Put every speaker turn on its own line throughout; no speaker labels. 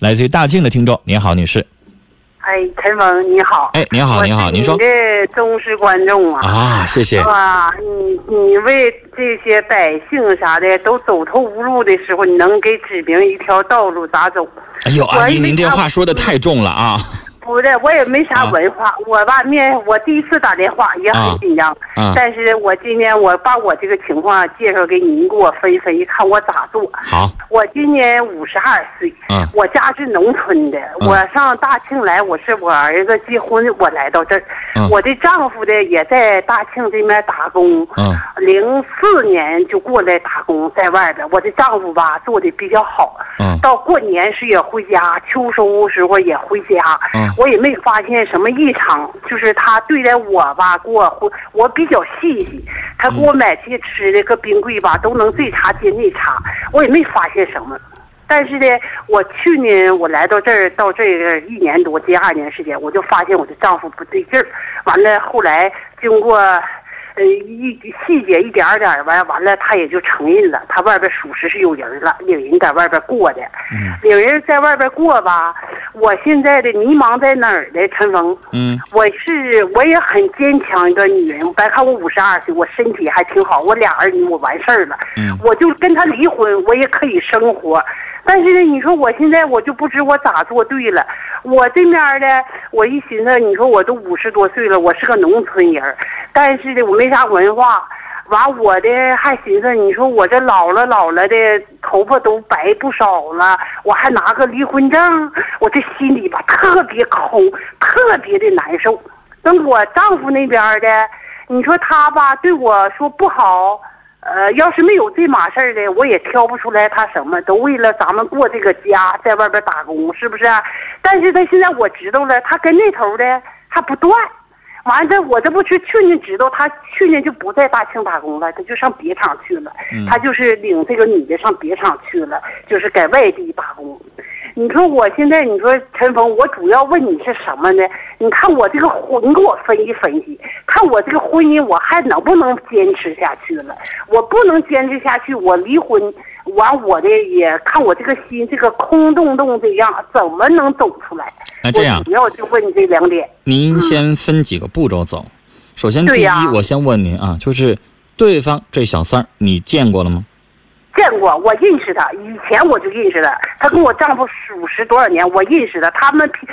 来自于大庆的听众，您好，女士。
哎，陈峰你好。
哎，您好，您好，您说
我是你的忠实观众啊。
啊，谢谢。
哇，你你为这些百姓啥的都走投无路的时候，你能给指明一条道路咋走？
哎呦，阿
我
姨，
以为
您这
他
话说的太重了啊！
不是，我也没啥文化，我吧面我第一次打电话也
啊
很紧张，
啊
但是我今天我把我这个情况介绍给您，给我分分析，看我咋做。
好，
我今年五十二岁，
嗯
我家是农村的，
嗯
我上大庆来，我是我儿子结婚，我来到这儿，
嗯
我的丈夫的也在大庆这边打工，
嗯
零四年就过来打工，在外边，我的丈夫吧做的比较好，
嗯
到过年时也回家，秋收时候也回家，
嗯
我也没发现什么异常，就是他对待我吧，给我回我比较细心，他给我买这些吃的搁冰柜吧都能最查接内查，我也没发现什么。但是呢，我去年我来到这儿，到这个一年多，近二年时间，我就发现我的丈夫不对劲儿。完了，后来经过，呃，一细节一点儿点儿完，完了他也就承认了，他外边属实是有人了，有人在外边过的，
嗯
有人在外边过吧。我现在的迷茫在哪儿呢？陈峰，
嗯
我是我也很坚强一个女人，白看我五十二岁，我身体还挺好，我俩儿女我完事儿了，
嗯
我就跟他离婚，我也可以生活。但是呢，你说我现在我就不知我咋做对了。我这面儿呢，我一寻思，你说我都五十多岁了，我是个农村人儿，但是呢，我没啥文化。完，我的还寻思，你说我这老了老了的，头发都白不少了，我还拿个离婚证，我这心里吧特别空，特别的难受。那我丈夫那边儿的，你说他吧对我说不好，呃，要是没有这码事儿的，我也挑不出来他什么，都为了咱们过这个家，在外边打工，是不是？但是他现在我知道了，他跟那头的还不断。完了，我这不是去年知道，他去年就不在大庆打工了，他就上别厂去了。他就是领这个女的上别厂去了，就是在外地打工。你说我现在，你说陈峰，我主要问你是什么呢？你看我这个婚，你给我分析分析，看我这个婚姻我还能不能坚持下去了？我不能坚持下去，我离婚，完我的也看我这个心这个空洞洞这样，怎么能走出来？
那这样
我主要就问你这两点。
您先分几个步骤走。首先，第
对
一
呀，
我先问您啊，就是对方这小三儿，你见过了吗？
见过，我认识他，以前我就认识他，他跟我丈夫属实多少年，我认识他。他们比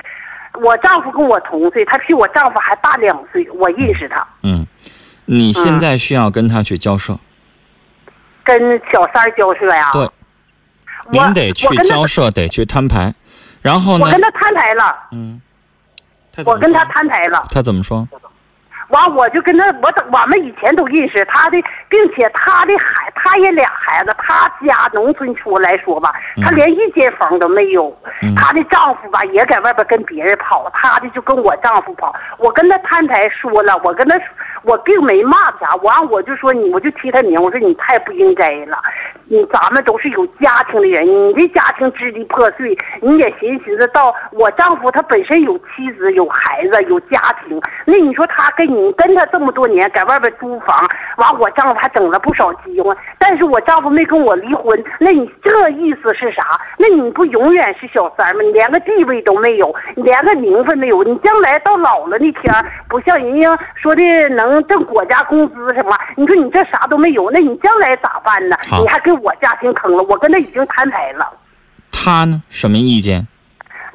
我丈夫跟我同岁，他比我丈夫还大两岁，我认识他。
嗯，你
嗯
现在需要跟他去交涉，
啊跟小三儿交涉呀、
对，
我
您得去
我跟他
交涉，得去摊牌。然后
我
呢
跟，他摊牌了，
嗯，
我跟他摊牌了。
他怎么说？
完，我就跟他，我等我们以前都认识他的，并且他的孩，他也俩孩子，他家农村出来说吧，他连一间房都没有。他的丈夫吧也在外边跟别人跑，他的就跟我丈夫跑。我跟他摊牌说了，我跟他说，我并没骂他，完我就说你，我就提他名，我说你太不应该了，你咱们都是有家庭的人，你这家庭支离破碎，你也寻寻思到我丈夫他本身有妻子、有孩子、有家庭，那你说他跟你跟他这么多年，在外边租房，完我丈夫还整了不少机会，但是我丈夫没跟我离婚，那你这意思是啥？那你不永远是小三儿吗？你连个地位都没有，你连个名分没有，你将来到老了那天儿，不像人家说的能挣国家工资什么，你说你这啥都没有，那你将来咋办呢？
好
你还给我家庭坑了，我跟他已经摊牌了。
他呢？什么意见？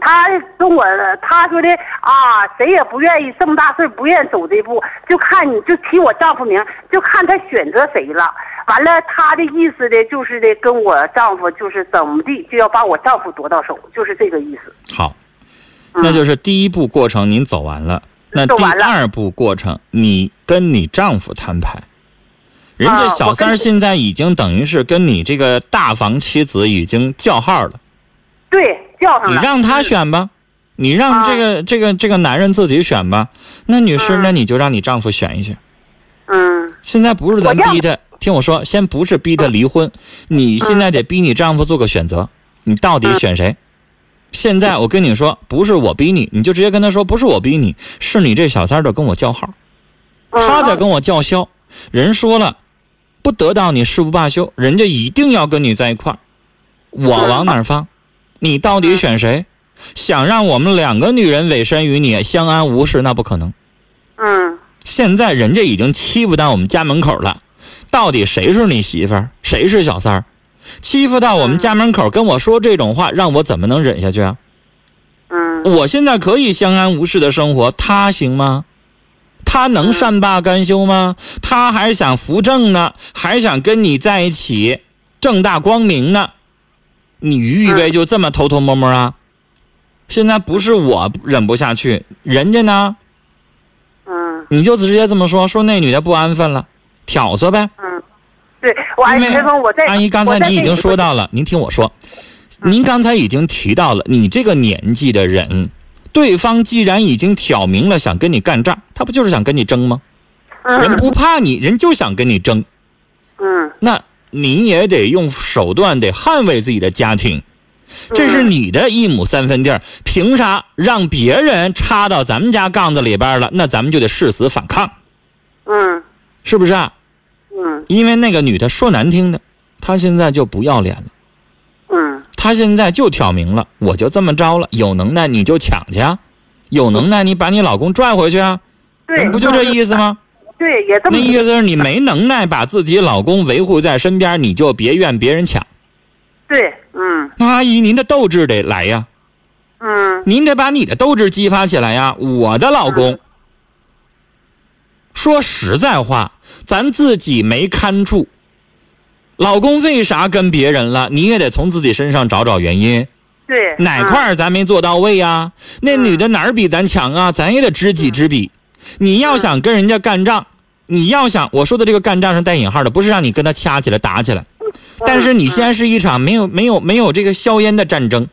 他跟我他说的啊，谁也不愿意这么大岁儿不愿意走这一步，就看你就提我丈夫名，就看他选择谁了。完了，他的意思的就是的，跟我丈夫就是怎么地，就要把我丈夫夺到手，就是这个意思。
好，那就是第一步过程您走完了，那
嗯走
第
完了
二步过程你跟你丈夫摊牌。人家
啊
小
我
三儿
跟
现在已经等于是跟你这个大房妻子已经叫号了，
对，叫上
你
了。
让他选吧，你
啊
让这个这个这个男人自己选吧。那女士，那你就让你丈夫选一选。
嗯，
现在不是咱
我嗯让
逼他，听我说，先不是逼他离婚，你现在得逼你丈夫做个选择，你到底选
嗯
谁？现在我跟你说，不是我逼你，你就直接跟他说，不是我逼你，是你这小三儿的跟我叫号，
嗯
他在跟我叫嚣。人说了，不得到你誓不罢休，人家一定要跟你在一块儿，我往哪儿放？你到底选
嗯
谁？想让我们两个女人委身于你，相安无事，那不可能。
嗯，
现在人家已经欺负到我们家门口了，到底谁是你媳妇儿，谁是小三儿？欺负到我们家门口跟我说这种话，让我怎么能忍下去啊？
嗯，
我现在可以相安无事的生活，他行吗？他能善罢甘休吗？他还想扶正呢，还想跟你在一起，正大光明呢。你预预备就这么偷偷摸摸啊？现在不是我忍不下去，人家呢？
嗯，
你就直接这么说，说那女的不安分了，挑唆呗。
对，我安
因为
陈峰，我再
阿姨，刚
我
才
再
您已
跟
经说
说嗯
到了，您听我说，您刚才已经提到了，你这个年纪的人，对方既然已经挑明了想跟你干仗，他不就是想跟你争吗？人
嗯
不怕你，人就想跟你争，
嗯，
那你也得用手段得捍卫自己的家
嗯
庭，这是你的一亩三分地儿，凭啥让别人插到咱们家杠子里边了？那咱们就得誓死反抗，
嗯
是不是啊？
嗯
因为那个女的说难听的，她现在就不要脸了。
嗯
他现在就挑明了，我就这么着了。有能耐你就抢去啊，有能耐你把你老公拽回去啊，
对，嗯
不就这意思吗？
对，也这
那
么
意思是你没能耐把自己老公维护在身边，你就别怨别人抢。
对，嗯
那阿姨，您的斗志得来呀，
嗯
您得把你的斗志激发起来呀。我的老公，说实在话，咱自己没看住，老公为啥跟别人了，你也得从自己身上找找原因。
对，嗯
哪块儿咱没做到位呀、那女的哪儿比咱强啊？咱也得知己知彼。你要想跟人家干仗，你要想我说的这个干仗是带引号的，不是让你跟他掐起来打起来。
嗯？
但是你
嗯
现在是一场没有没有没有这个硝烟的战争。
嗯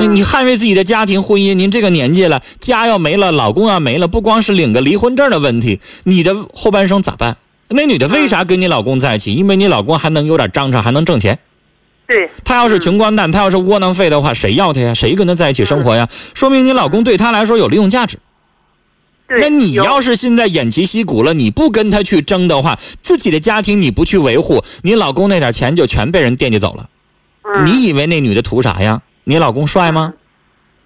那你捍卫自己的家庭婚姻，您这个年纪了，家要没了，老公要没了，不光是领个离婚证的问题，你的后半生咋办？那女的为
嗯
啥跟你老公在一起？因为你老公还能有点章程，还能挣钱。
对，
他要是穷光蛋，他要是窝囊废的话，谁要他呀？谁跟他在一起生活
嗯
呀？说明你老公对他来说有利用价值。
对
那你
有
要是现在偃旗息鼓了，你不跟他去争的话，自己的家庭你不去维护，你老公那点钱就全被人惦记走了。
嗯
你以为那女的图啥呀？你老公帅吗？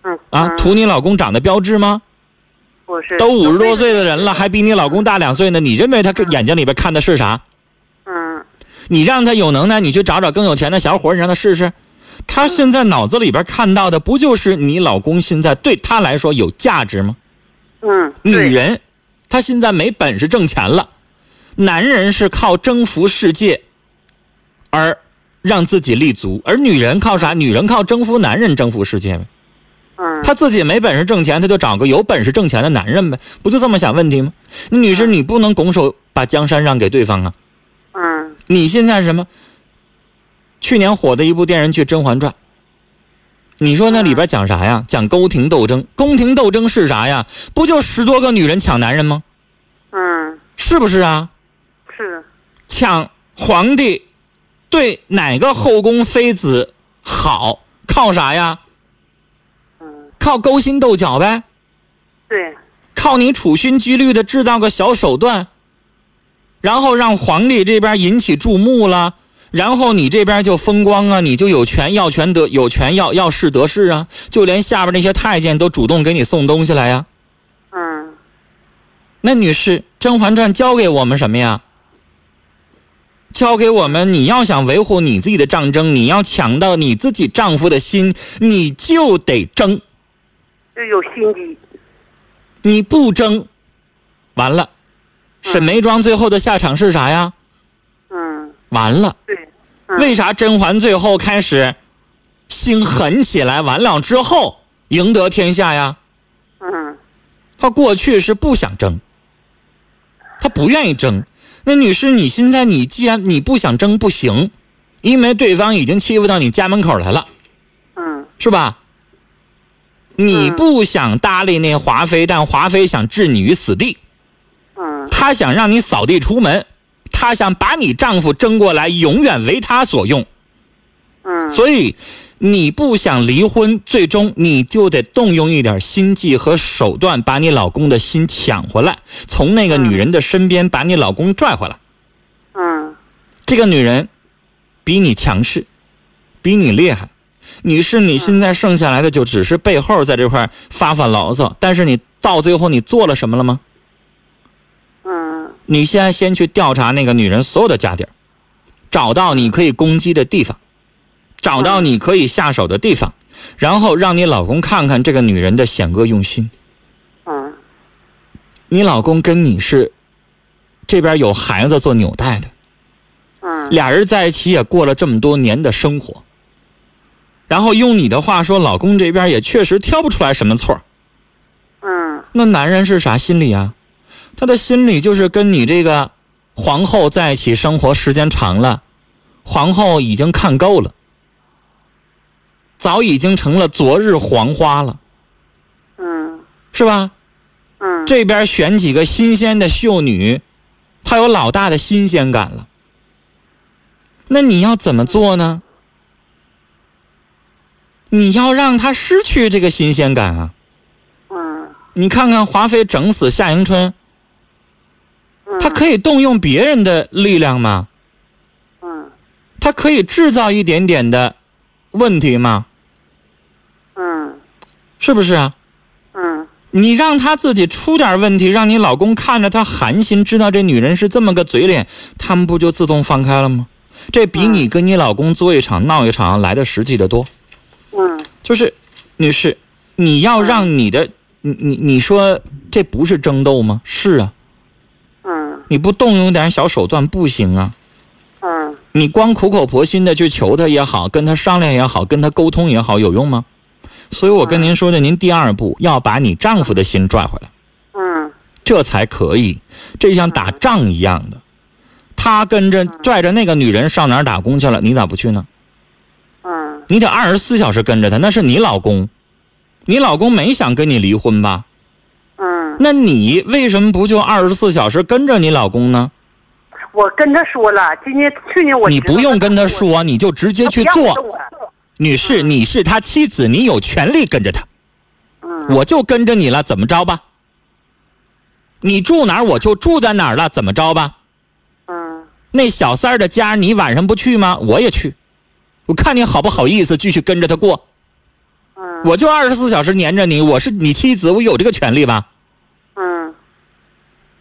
嗯
啊，
嗯
图你老公长得标致吗？
不是
都五十多岁
了，
的人了，还比你老公大两岁呢，你认为他跟眼睛里边看的是啥？
嗯
你让他有能耐，你去找找更有钱的小伙儿，你让他试试。
嗯
他现在脑子里边看到的不就是你老公现在对他来说有价值吗？
嗯，
女
对
人，她现在没本事挣钱了，男人是靠征服世界而让自己立足，而女人靠啥？女人靠征服男人，征服世界呗。
嗯
她自己没本事挣钱，她就找个有本事挣钱的男人呗，不就这么想问题吗？女士，你不能拱手把江山让给对方啊。
嗯
你现在是什么？去年火的一部电视剧《甄嬛传》，你说那里边讲啥呀？讲宫廷斗争。宫廷斗争是啥呀？不就十多个女人抢男人吗？
嗯
是不是啊？
是
抢皇帝，对哪个后宫妃子好？靠啥呀？
嗯
靠勾心斗角呗，
对
靠你处心积虑的制造个小手段，然后让皇帝这边引起注目了，然后你这边就风光啊，你就有权要权得有权要要势得势啊，就连下边那些太监都主动给你送东西来呀、
嗯
那女士，《甄嬛传》教给我们什么呀？教给我们，你要想维护你自己的战争，你要抢到你自己丈夫的心，你就得争。
就有心机，
你不争，完了，沈眉庄最后的下场是啥呀？
嗯
完了。
对嗯
为啥甄嬛最后开始心狠起来，完了之后赢得天下呀？
嗯
她过去是不想争，她不愿意争。那女士，你现在你既然你不想争不行，因为对方已经欺负到你家门口来了，
嗯
是吧？你
嗯
不想搭理那华妃，但华妃想置你于死地，
嗯
她想让你扫地出门，她想把你丈夫争过来，永远为她所用。
嗯
所以，你不想离婚，最终你就得动用一点心计和手段，把你老公的心抢回来，从那个女人的身边把你老公拽回来。
嗯
这个女人比你强势，比你厉害，你是你现在剩下来的就只是背后在这块发发牢骚，但是你到最后你做了什么了吗？
嗯
你现在先去调查那个女人所有的家底儿，找到你可以攻击的地方，找到你可以下手的地方，然后让你老公看看这个女人的险恶用心。
嗯
你老公跟你是这边有孩子做纽带的，
嗯
俩人在一起也过了这么多年的生活。然后用你的话说，老公这边也确实挑不出来什么错儿。
嗯
那男人是啥心理啊？他的心理就是跟你这个皇后在一起生活时间长了，皇后已经看够了，早已经成了昨日黄花了，
嗯
是吧？
嗯，
这边选几个新鲜的秀女，她有老大的新鲜感了。那你要怎么做呢？你要让她失去这个新鲜感啊！
嗯
你看看华妃整死夏迎春，
嗯，
她可以动用别人的力量吗？
嗯
她可以制造一点点的问题吗？
嗯
是不是啊？
嗯
你让她自己出点问题，让你老公看着她寒心，知道这女人是这么个嘴脸，他们不就自动放开了吗？这比你跟你老公作一场闹一场来的实际的多。
嗯
就是，女士，你要让你的，你你你说这不是争斗吗？是啊，
嗯
你不动用点小手段不行啊。
嗯
你光苦口婆心的去求他也好，跟他商量也好，跟他沟通也好，有用吗？所以我跟您说的，您第二步要把你丈夫的心拽回来，
嗯
这才可以。这像打仗一样的，他跟着拽着那个女人上哪儿打工去了，你咋不去呢？
嗯
你得二十四小时跟着他，那是你老公，你老公没想跟你离婚吧？
嗯。
那你为什么不就二十四小时跟着你老公呢？
我跟他说了，今年去年我
你不用跟他，说，你就直接
他
去
不要
做。
我。
女士，你是他妻子，你有权利跟着他。
嗯，
我就跟着你了，怎么着吧？你住哪儿我就住在哪儿了，怎么着吧？
嗯
那小三儿的家你晚上不去吗？我也去，我看你好不好意思继续跟着他过。
嗯
我就二十四小时黏着你，我是你妻子，我有这个权利吧？
嗯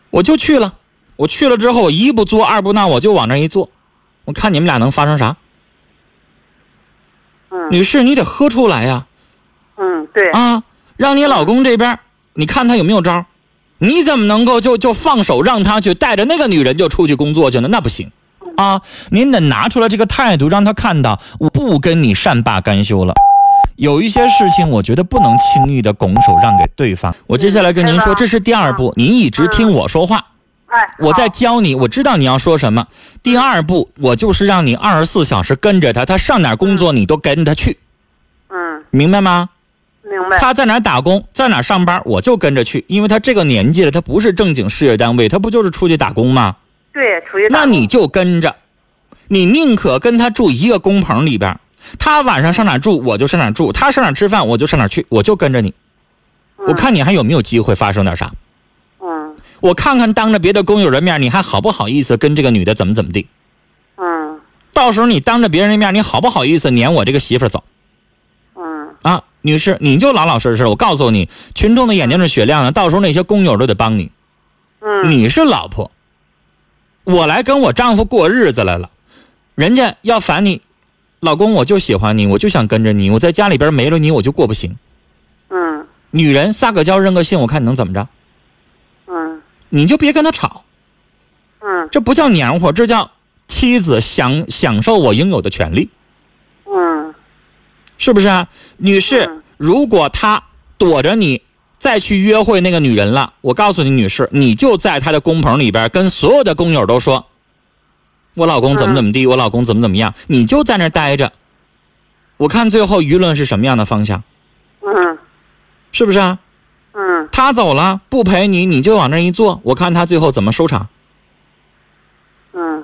我就去了，我去了之后我一不作二不闹，我就往那一坐，我看你们俩能发生啥？
嗯
女士，你得喝出来呀、
嗯，对，
啊，让你老公这边儿，你看他有没有招儿？你怎么能够就就放手让他去带着那个女人就出去工作去呢？那不行，啊，您得拿出来这个态度，让他看到我不跟你善罢甘休了。有一些事情，我觉得不能轻易的拱手让给对方。我接下来跟您
是
说，
吧
这是第二步，您一直听我说话，
哎，
我在
好
教你，我知道你要说什么。第二步，我就是让你二十四小时跟着他，他上哪儿工作你都跟着去，
嗯，
明白吗？
明白，
他在哪儿打工，在哪儿上班，我就跟着去，因为他这个年纪了，他不是正经事业单位，他不就是出去打工吗？
对，出去打
那
工
你就跟着，你宁可跟他住一个工棚里边儿，他晚上上哪儿住我就上哪儿住，他上哪儿吃饭我就上哪儿去，我就跟着你，我，看你还有没有机会发生点啥，
嗯
我看看当着别的工友人面，你还好不好意思跟这个女的怎么怎么地？
嗯
到时候你当着别人的面，你好不好意思撵我这个媳妇儿走？
嗯
啊，女士，你就老老实实。我告诉你，群众的眼睛是雪亮的，到时候那些工友都得帮你。
嗯，
你是老婆，我来跟我丈夫过日子来了，人家要烦你，老公我就喜欢你，我就想跟着你，我在家里边没了你我就过不行。
嗯
女人撒个娇扔个信，我看你能怎么着？
嗯
你就别跟他吵，
嗯
这不叫黏糊，这叫妻子享享受我应有的权利，
嗯
是不是啊？女士
嗯，
如果他躲着你。再去约会那个女人了，我告诉你，女士，你就在他的工棚里边跟所有的工友都说，我老公怎么怎么地，我老公怎么怎么样，你就在那儿待着。我看最后舆论是什么样的方向，
嗯
是不是啊？
嗯
他走了不陪你，你就往那儿一坐，我看他最后怎么收场。
嗯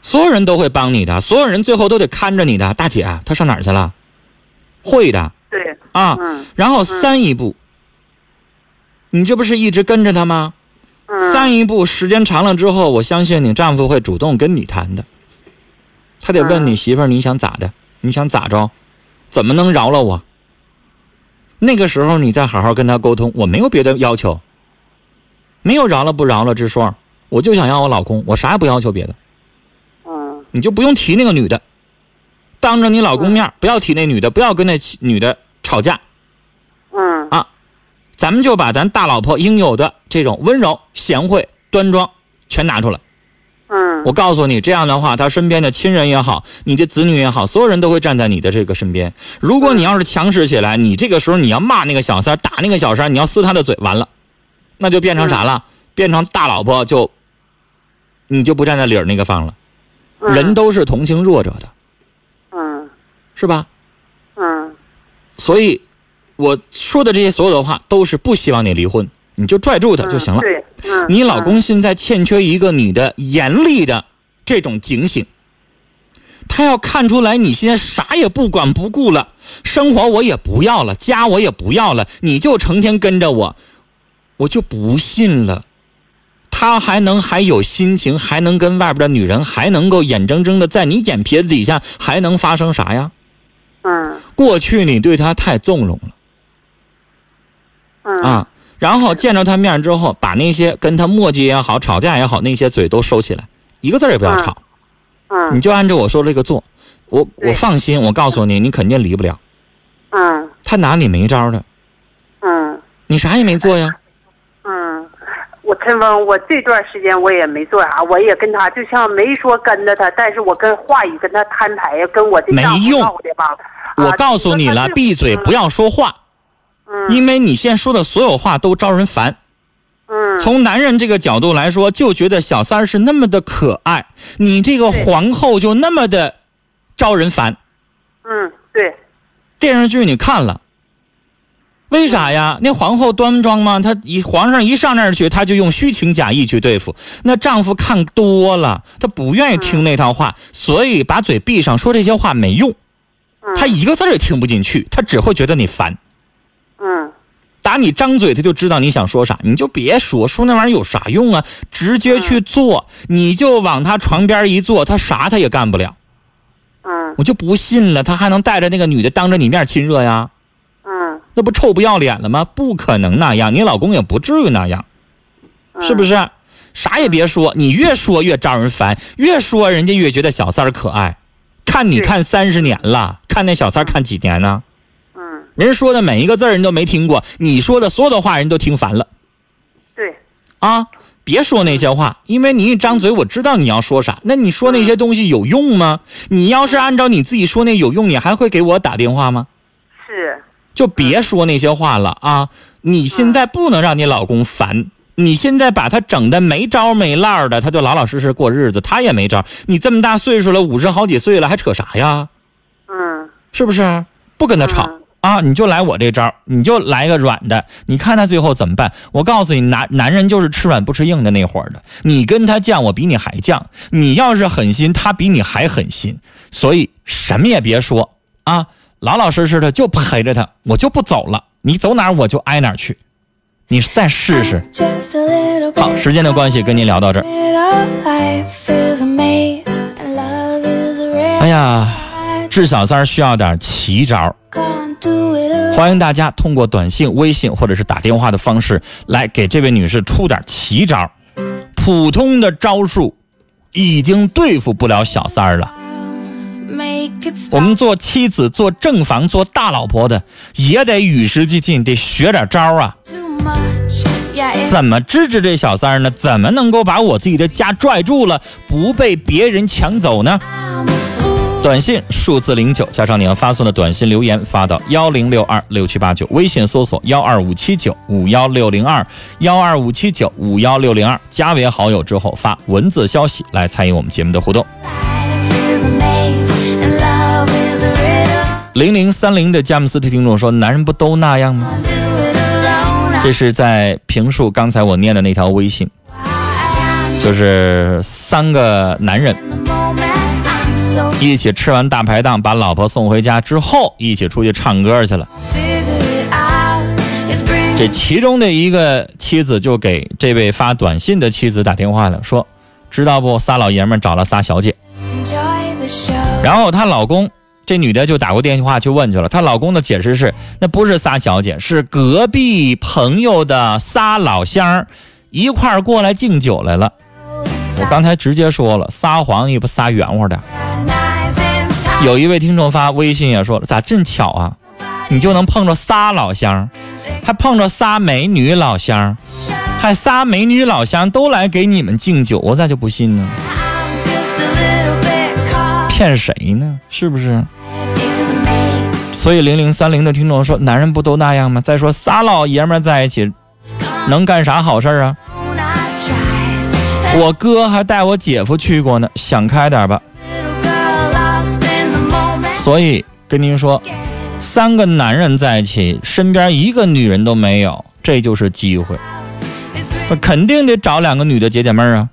所有人都会帮你的，所有人最后都得看着你的。大姐，啊他上哪儿去了？会的
对，
啊。
嗯
然后三一步，你这不是一直跟着他吗？
嗯，
三一步时间长了之后，我相信你丈夫会主动跟你谈的。他得问你媳妇儿，你想咋的？你想咋着？怎么能饶了我？那个时候你再好好跟他沟通，我没有别的要求，没有饶了不饶了之说，我就想要我老公，我啥也不要求别的，
嗯
你就不用提那个女的，当着你老公面儿不要提那女的，不要跟那其女的吵架，
嗯
咱们就把咱大老婆应有的这种温柔、贤惠、端庄全拿出来。
嗯，
我告诉你，这样的话，他身边的亲人也好，你的子女也好，所有人都会站在你的这个身边。如果你要是强势起来，你这个时候你要骂那个小三，打那个小三，你要撕他的嘴，完了，那就变成啥了？变成大老婆就，你就不站在理儿那个方了。
嗯
人都是同情弱者的，
嗯
是吧？
嗯
所以，我说的这些所有的话，都是不希望你离婚，你就拽住他
嗯
就行了。
对，嗯
你老公现在欠缺一个你的严厉的这种警醒，他要看出来你现在啥也不管不顾了，生活我也不要了，家我也不要了，你就成天跟着我，我就不信了。他还能还有心情，还能跟外边的女人，还能够眼睁睁的在你眼皮子底下，还能发生啥呀？
嗯
过去你对他太纵容了。
嗯
啊，然后见着他面之后，把那些跟他磨叽也好、吵架也好，那些嘴都收起来，一个字儿也不要吵，
嗯
你就按照我说这个做。我我
对
放心，我告诉你，你肯定离不了，
嗯
他拿你没招儿的，
嗯
你啥也没做呀。
嗯。我陈峰，我这段时间我也没做啥，我也跟他就像没说跟着他，但是我跟话语跟他摊牌呀，跟我这
没
丈夫
用
闹的吧。
我
啊
告诉你了，闭嘴，不。要说话，
嗯
因为你现在说的所有话都招人烦。
嗯，
从男人这个角度来说，就觉得小三儿是那么的可爱，你这个
对
皇后就那么的招人烦。
嗯，对，
电视剧你看了，为啥呀？那皇后端庄吗？她一皇上一上那儿去，她就用虚情假意去对付。那丈夫看多了，他不愿意听那套话，所以把嘴闭上，说这些话没用。
嗯
他一个字儿也听不进去，他只会觉得你烦。
嗯
打你张嘴，他就知道你想说啥，你就别说，说那玩意儿有啥用啊？直接去做，你就往他床边一坐，他啥他也干不了。
嗯
我就不信了，他还能带着那个女的当着你面亲热呀？
嗯，
那不臭不要脸了吗？不可能那样，你老公也不至于那样，
嗯
是不？是？啥也别说，你越说越招人烦，越说人家越觉得小三儿可爱。看你
是
看三十年了，看那小三儿看几年呢？
嗯，
人说的每一个字儿人都没听过，你说的所有的话人都听烦了
对，
啊！别说那些话，
嗯
因为你一张嘴，我知道你要说啥。那你说那些东西有用吗？你要是按照你自己说那有用，你还会给我打电话吗？
是，
就别说那些话了啊！你现在不能让你老公烦，你现在把他整的没招没落儿的，他就老老实实过日子，他也没招儿。你这么大岁数了，五十好几岁了，还扯啥呀？
嗯，
是不是？不跟他吵
嗯
啊！你就来我这招儿，你就来个软的，你看他最后怎么办？我告诉你，男男人就是吃软不吃硬的那伙儿的。你跟他犟，我比你还犟；你要是狠心，他比你还狠心。所以什么也别说啊，老老实实的就陪着他，我就不走了。你走哪儿我就挨哪儿去，你再试试。
好，时间的关系，跟您聊到这儿。
哎
哎呀，
呀，治小三儿需要点奇招儿。
欢
欢迎大家通过短信、微信或者是打电话的方式来给这位女士出点奇招儿。普通的招数已经对付不了小三儿了。我
我
们
们
做妻子、做正房、做大老婆的，也得与时俱进，得学点招儿啊！怎么支持这小三儿呢？怎么能够把我自己的家拽住了，不被别人抢走呢？短信数字零九加上你要发送的短信留言发到幺零六二六七八九，微信搜索幺二五七九五幺六零二幺二五七九五幺六零二，加为好友之后发文字消息来参与我们节目的互动。零零三零的詹姆斯特听众说：“男人不都那样吗？”这是在评述刚才我念的那条微信，就是三个男人一起吃完大排档，把老婆送回家之后，一起出去唱歌去了。这其中的一个妻子就给这位发短信的妻子打电话了，说：“知道不？仨老爷们儿找了仨小姐。”
这，然
然
后
后她老公这女的就打过电话去问去了，她老公的解释是，那不是仨小姐，是隔壁朋友的仨老乡儿一块儿过来敬酒来了。我刚才直接说了，撒谎也不撒圆乎的。有一位听众发微信也说了，咋真巧啊？你就能碰着仨老乡儿，还碰着仨美女老乡儿，还仨美女老乡都来给你们敬酒，我咋就不信呢？骗谁呢？是不是？所以零零三零的听众说，男人不都那样吗？再说仨老爷们儿在一起，能干啥好事儿啊？我哥还带我姐夫去过呢，想开点吧。所以跟您说，三个男人在一起，身边一个女人都没有，这就是机会。那肯定得找两个女的解解闷儿啊。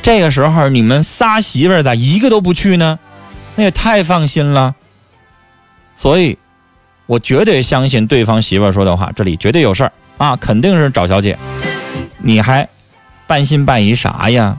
这个时候你们仨媳妇儿咋一个都不去呢？那也太放心了。所以，我绝对相信对方媳妇儿说的话，这里绝对有事儿啊，肯定是找小姐。你还半信半疑啥呀？